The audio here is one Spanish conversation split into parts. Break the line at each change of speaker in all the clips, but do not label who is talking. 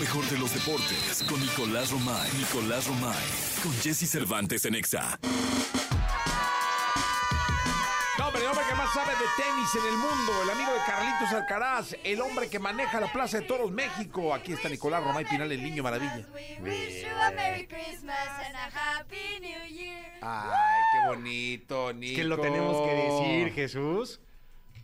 mejor de los deportes con Nicolás Romay. Nicolás Romay. Con Jesse Cervantes en Exa.
No, hombre, el hombre que más sabe de tenis en el mundo, el amigo de Carlitos Alcaraz, el hombre que maneja la Plaza de Toros México. Aquí está Nicolás Romay Pinal, el niño maravilla.
We wish you a Merry Christmas and a Happy New Year.
Ay, qué bonito, Nico.
Es que lo tenemos que decir, Jesús.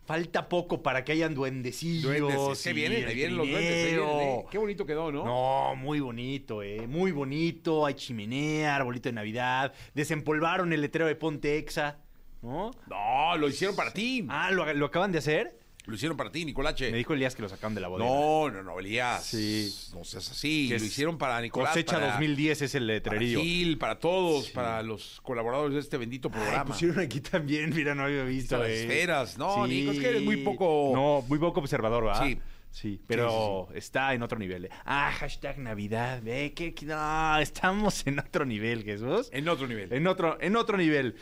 Falta poco para que hayan duendecillos.
Duendes,
y
se vienen, ahí
el
vienen los duendes. ahí
trineo.
vienen, ¿eh? Qué bonito quedó, ¿no?
No, muy bonito, eh. Muy bonito. Hay chimenea, arbolito de Navidad. Desempolvaron el letrero de Ponte Exa, ¿no?
No, lo hicieron para ti.
Ah, ¿lo, lo acaban de hacer?
Lo hicieron para ti, Nicolache.
Me dijo Elías que lo sacaron de la bodega.
no, no, no, Elías.
Sí.
No seas así.
Que
Lo
es
hicieron para Nicolás.
Cosecha
para-
2010 es el
Para
letrerillo.
Gil, para todos, para los colaboradores de este bendito
Ay, pues
programa.
pusieron aquí también, mira, no había visto.
Las
eh.
esferas. No, Nico, es que eres muy poco-
No, muy poco observador, ¿verdad?
Sí.
Sí, pero está en otro nivel. eh. Ah, hashtag Navidad, ve que que- no, estamos en otro nivel, Jesús.
En otro nivel.
En otro, en otro nivel.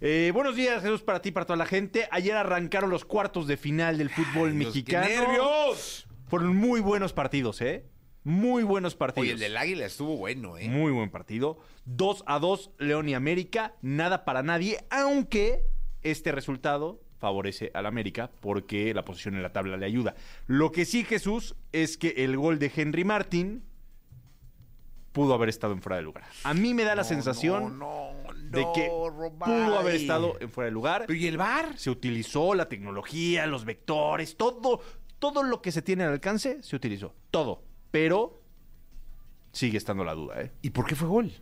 Eh, buenos días, Jesús, para ti, para toda la gente. Ayer arrancaron los cuartos de final del fútbol
Dios, qué
mexicano.
¡Nervios!
Fueron muy buenos partidos, ¿eh? Muy buenos partidos.
Oye, el del águila estuvo bueno, ¿eh?
Muy buen partido. 2 a 2, León y América. Nada para nadie, aunque este resultado favorece al América porque la posición en la tabla le ayuda. Lo que sí, Jesús, es que el gol de Henry Martin pudo haber estado en fuera de lugar. A mí me da la sensación de que pudo haber estado en fuera de lugar.
Pero ¿y el bar?
Se utilizó la tecnología, los vectores, todo, todo lo que se tiene al alcance se utilizó. Todo. Pero sigue estando la duda, ¿eh?
¿Y por qué fue gol?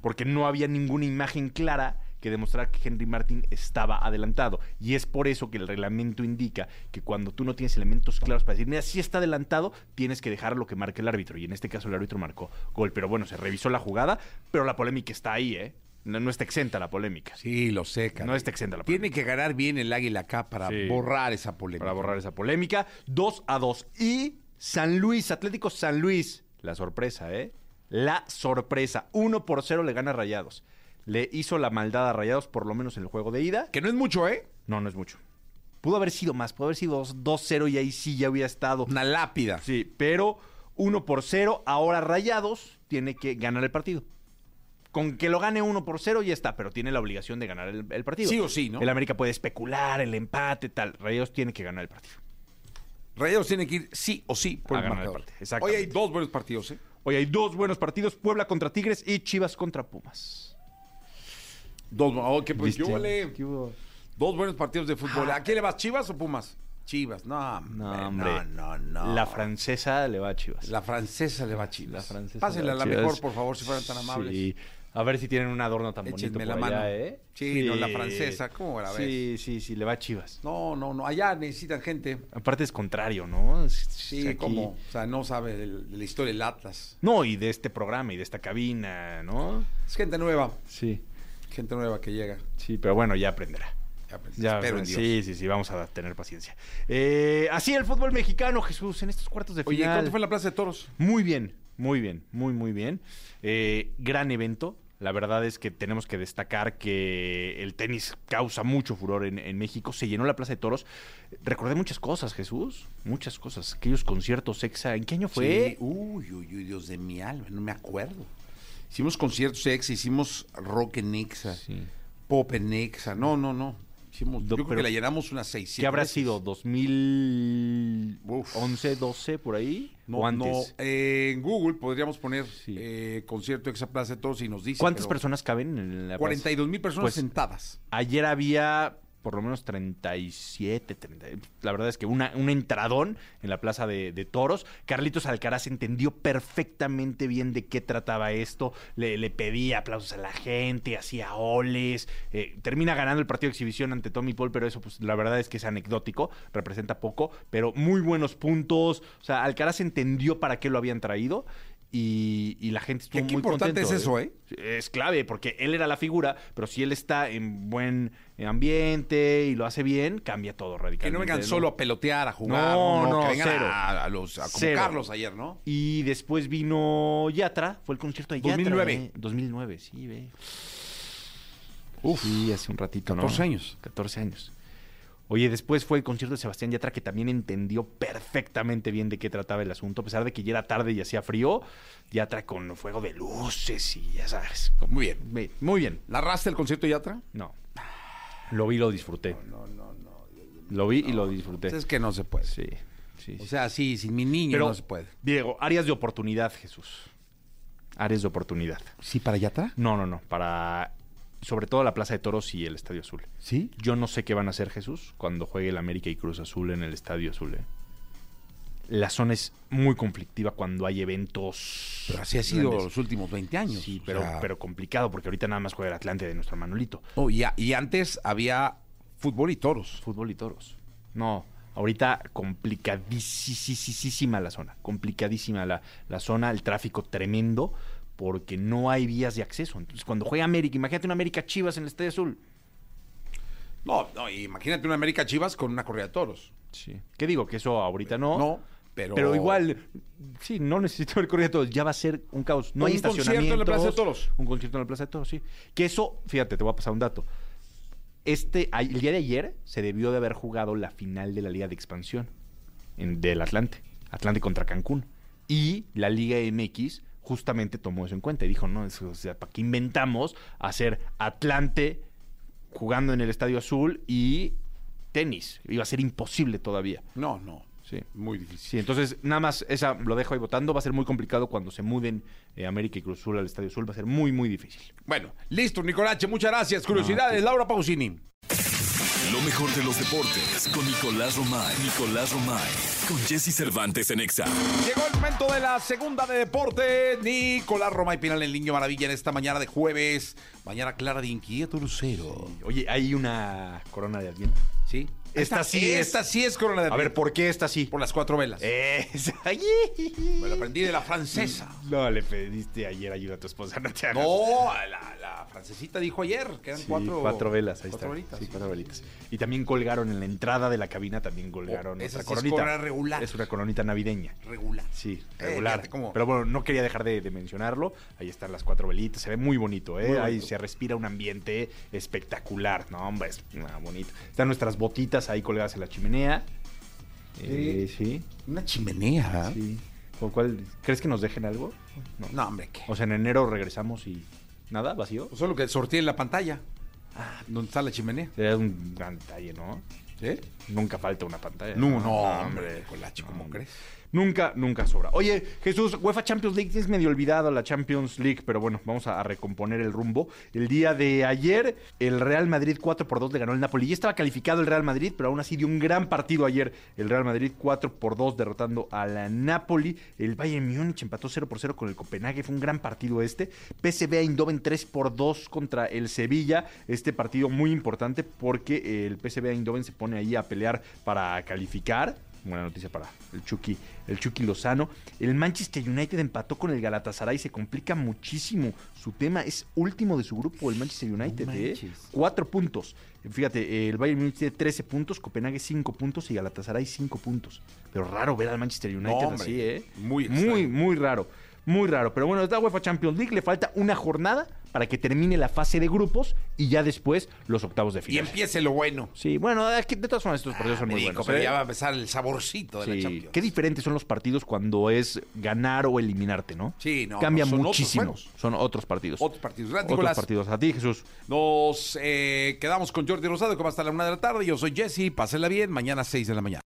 porque no había ninguna imagen clara que demostrara que Henry Martin estaba adelantado. Y es por eso que el reglamento indica que cuando tú no tienes elementos claros para decir, mira, si está adelantado, tienes que dejar lo que marque el árbitro. Y en este caso el árbitro marcó gol. Pero bueno, se revisó la jugada, pero la polémica está ahí, ¿eh? No, no está exenta la polémica.
Sí, lo sé, caray.
No está exenta la
Tiene que ganar bien el águila acá para
Sí.
borrar esa polémica.
Para borrar esa polémica. 2 a 2. Y San Luis, Atlético San Luis. La sorpresa, ¿eh? La sorpresa. 1 por 0 le gana a Rayados. Le hizo la maldad a Rayados, por lo menos en el juego de ida.
Que no es mucho, ¿eh?
No, no es mucho. Pudo haber sido más, pudo haber sido dos- 2-0 y ahí sí ya hubiera estado.
Una lápida.
Sí, pero 1 por 0, ahora Rayados tiene que ganar el partido. Con que lo gane 1 por 0 ya está, pero tiene la obligación de ganar el, el partido.
Sí o sí, ¿no?
El América puede especular, el empate, tal. Rayados tiene que ganar el partido.
Rayados tiene que ir sí o sí por
A
el
ganar el
marcador.
partido, exactamente.
Hoy hay dos buenos partidos, ¿eh?
Hoy hay dos buenos partidos, Puebla contra Tigres y Chivas contra Pumas.
Dos, oh, qué- pues,
¿Viste?
¿qué huele? Dos buenos partidos de fútbol. ¿A quién le vas, Chivas o Pumas? Chivas, no,
Ah. No, hombre.
no, no, no.
La francesa le va a Chivas.
La francesa le va a Chivas.
La francesa
Pues, Pásenla
le
la
va a Chivas.
mejor, por favor, si fueran tan amables.
Sí. A ver si tienen un adorno tan bonito
Échenme
por
la
allá,
mano.
¿eh?
Sí, no, la francesa, ¿cómo la ves?
Sí, sí, sí, le va a Chivas.
No, no, no. Allá necesitan gente.
Aparte es contrario, ¿no? Es- es
Sí,
aquí-
como. O sea, no sabe de, de la historia del Atlas.
No, y de este programa y de esta cabina, ¿no?
Es gente nueva.
Sí,
Gente nueva que llega.
sí, pero bueno, ya aprenderá.
Ya, pues,
Ya,
espero en
aprenderá.
Dios.
sí, sí, sí, vamos a tener paciencia. Eh, así el fútbol mexicano, Jesús, en estos cuartos de
Oye,
final.
¿cuánto fue la Plaza de Toros?
Muy bien, muy bien, muy, muy bien. Eh, gran evento. La verdad es que tenemos que destacar que el tenis causa mucho furor en, en México. Se llenó la Plaza de Toros. Recordé muchas cosas, Jesús. Muchas cosas. Aquellos conciertos exa. ¿En qué año fue?
Sí, Uy, uy, uy, Dios de mi alma, no me acuerdo. Hicimos conciertos ex, hicimos rock en exa,
Sí.
pop en exa. No, no, no. Hicimos,
No,
yo creo
pero-
que la llenamos unas 600.
¿Qué habrá sido? ¿2011,
Uf.
12 por ahí?
No,
¿O antes?
no, eh, en Google podríamos poner
Sí.
eh, concierto exa Plaza de Toros y nos dice.
¿Cuántas
pero
personas caben en la plaza?
42 mil personas
Pues,
sentadas.
Ayer había por lo menos 37, 30. La verdad es que una, un entradón en la plaza de, de toros. Carlitos Alcaraz entendió perfectamente bien de qué trataba esto. Le, le pedía aplausos a la gente, hacía oles. eh, termina ganando el partido de exhibición ante Tommy Paul, pero eso, pues la verdad es que es anecdótico, representa poco, pero muy buenos puntos. O sea, Alcaraz entendió para qué lo habían traído. Y, y la gente estuvo
Qué- qué
muy
importante
contento,
es eso, ¿eh?
es clave porque él era la figura, pero si él está en buen ambiente y lo hace bien, cambia todo radicalmente.
Que no vengan
¿no?
solo a pelotear, a jugar.
No, no,
que vengan
cero.
A, a los, a como
Cero.
Carlos ayer, ¿no?
Y después vino Yatra, fue el concierto de Yatra.
2009.
¿eh? 2009, sí, ve. Uf. Sí, hace un ratito, ¿no?
14 años.
14 años. Oye, después fue el concierto de Sebastián Yatra que también entendió perfectamente bien de qué trataba el asunto, a pesar de que ya era tarde y hacía frío, Yatra con fuego de luces y ya sabes. como-
Muy bien.
Ve- Muy bien.
¿La raste el concierto de Yatra?
No. Lo vi y lo disfruté. No, no, no. Lo vi y lo disfruté.
Es que no se puede.
Sí, sí.
O
sí.
sea, sí, sin mi niño
Pero,
no se puede.
Diego, áreas de oportunidad, Jesús. Áreas de oportunidad.
¿Sí para Yatra?
No, no, no. Para. Sobre todo la Plaza de Toros y el Estadio Azul.
¿Sí?
Yo no sé qué van a hacer, Jesús, cuando juegue el América y Cruz Azul en el Estadio Azul. ¿eh? La zona es muy conflictiva cuando hay eventos.
Pero así ha sido
grandes.
los últimos 20 años.
Sí,
o
pero,
sea,
pero complicado, porque ahorita nada más juega el Atlante de nuestro Manolito.
oh, y, a- y antes había fútbol y toros.
Fútbol y toros. No, ahorita complicadísima la zona. Complicadísima la, la zona, el tráfico tremendo, porque no hay vías de acceso. Entonces, cuando juega América, imagínate una América Chivas en el Estadio Azul.
No, no, imagínate una América Chivas con una corrida de toros.
Sí. ¿Qué digo? Que eso ahorita no.
No, pero-
igual, sí, no necesito el corrido de toros. Ya va a ser un caos. No hay
Un concierto en la
estacionamientos.
Plaza de Toros.
Un concierto en la Plaza de Toros, sí. Que eso, fíjate, te voy a pasar un dato. Este, a- el día de ayer se debió de haber jugado la final de la Liga de Expansión en- del Atlante. Atlante contra Cancún. Y la Liga MX justamente tomó eso en cuenta y dijo, no, eso, o sea, ¿para qué inventamos hacer Atlante jugando en el Estadio Azul y tenis? Iba a ser imposible todavía.
No, no.
Sí.
Muy difícil.
Sí, entonces nada más esa lo dejo ahí votando. Va a ser muy complicado cuando se muden eh, América y Cruz Azul al Estadio Azul. Va a ser muy, muy difícil.
Bueno, listo, Nicolache, muchas gracias.
Ah,
Curiosidades, Laura Pausini.
Lo mejor de los deportes con Nicolás Romay. Nicolás Romay. Con Jesse Cervantes en Exa.
Llegó el momento de la segunda de deporte. Nicolás Roma y Pinal, el niño maravilla, en esta mañana de jueves. Mañana clara de inquieto lucero.
Oh. Oye, hay una corona de Adviento.
¿Sí?
Esta sí es.
Esta sí es corona de
A ver,
Adviento.
¿por qué esta sí?
Por las cuatro velas.
Eh. Esa.
Me la aprendí de la francesa.
No, le pediste ayer ayuda a tu esposa. No, te hagas.
No, la, la francesita dijo ayer que eran
Sí,
cuatro,
velas, ahí
cuatro
está.
velitas,
sí,
sí.
cuatro velitas. Y también colgaron en la entrada de la cabina, también colgaron
esa
otra
sí es
coronita.
corona regular.
Es una coronita navideña.
Regular.
Sí,
Eh,
regular.
fíjate cómo-
Pero bueno, no quería dejar de, de mencionarlo. Ahí están las cuatro velitas. Se ve muy bonito, ¿eh?
Muy bonito.
Ahí se respira un ambiente espectacular. No, hombre, es ah, bonito. Están nuestras botitas ahí colgadas en la chimenea. Eh, sí,
Una chimenea. ¿eh?
sí. ¿Por cuál? ¿Crees que nos dejen algo? No.
No, hombre, ¿qué?
O sea, en enero regresamos y nada, vacío.
Pues Solo que sorteé en la pantalla. ¿Dónde está la chimenea?
Sería un gran detalle, ¿no?
¿Sí?
Nunca falta una pantalla.
No, no, hombre, Nicolache,
No,
¿cómo
hombre.
crees?
Nunca, nunca sobra. Oye, Jesús, UEFA Champions League es medio olvidado la Champions League, pero bueno, vamos a, a recomponer el rumbo. El día de ayer, el Real Madrid 4 por 2 le ganó el Napoli. Ya estaba calificado el Real Madrid, pero aún así dio un gran partido ayer. El Real Madrid 4 por 2 derrotando a la Napoli. El Bayern Múnich empató 0 por 0 con el Copenhague. Fue un gran partido este. PSV Eindhoven 3 por 2 contra el Sevilla. Este partido muy importante porque el PSV Eindhoven se pone ahí a pelear para calificar. Buena noticia para el Chucky, el Chucky Lozano. El Manchester United empató con el Galatasaray. Se complica muchísimo su tema. Es último de su grupo el Manchester United. ¿eh?
manches.
Cuatro puntos. Fíjate, el Bayern Múnich tiene 13 puntos, Copenhague 5 puntos y Galatasaray 5 puntos. Pero raro ver al Manchester United
hombre,
así, ¿eh?
muy
muy,
extraño.
muy raro. Muy raro. Pero bueno, es la UEFA Champions League. Le falta una jornada para que termine la fase de grupos y ya después los octavos de
Y
final.
empiece lo bueno.
Sí, bueno, de aquí- de todas formas estos partidos son muy
Américo,
buenos.
pero
¿eh?
ya va a empezar el saborcito de la
Sí,
Champions.
Qué diferentes son los partidos cuando es ganar o eliminarte, ¿no?
Sí, no,
Cambia
no, son otros
muchísimo.
juegos.
son otros partidos.
Otros partidos. Gracias,
Otros
Nicolás.
partidos. A ti, Jesús.
Nos eh, quedamos con Jordi Rosado, que va hasta la una de la tarde. Yo soy Jesse, pásenla bien. Mañana 6 de la mañana.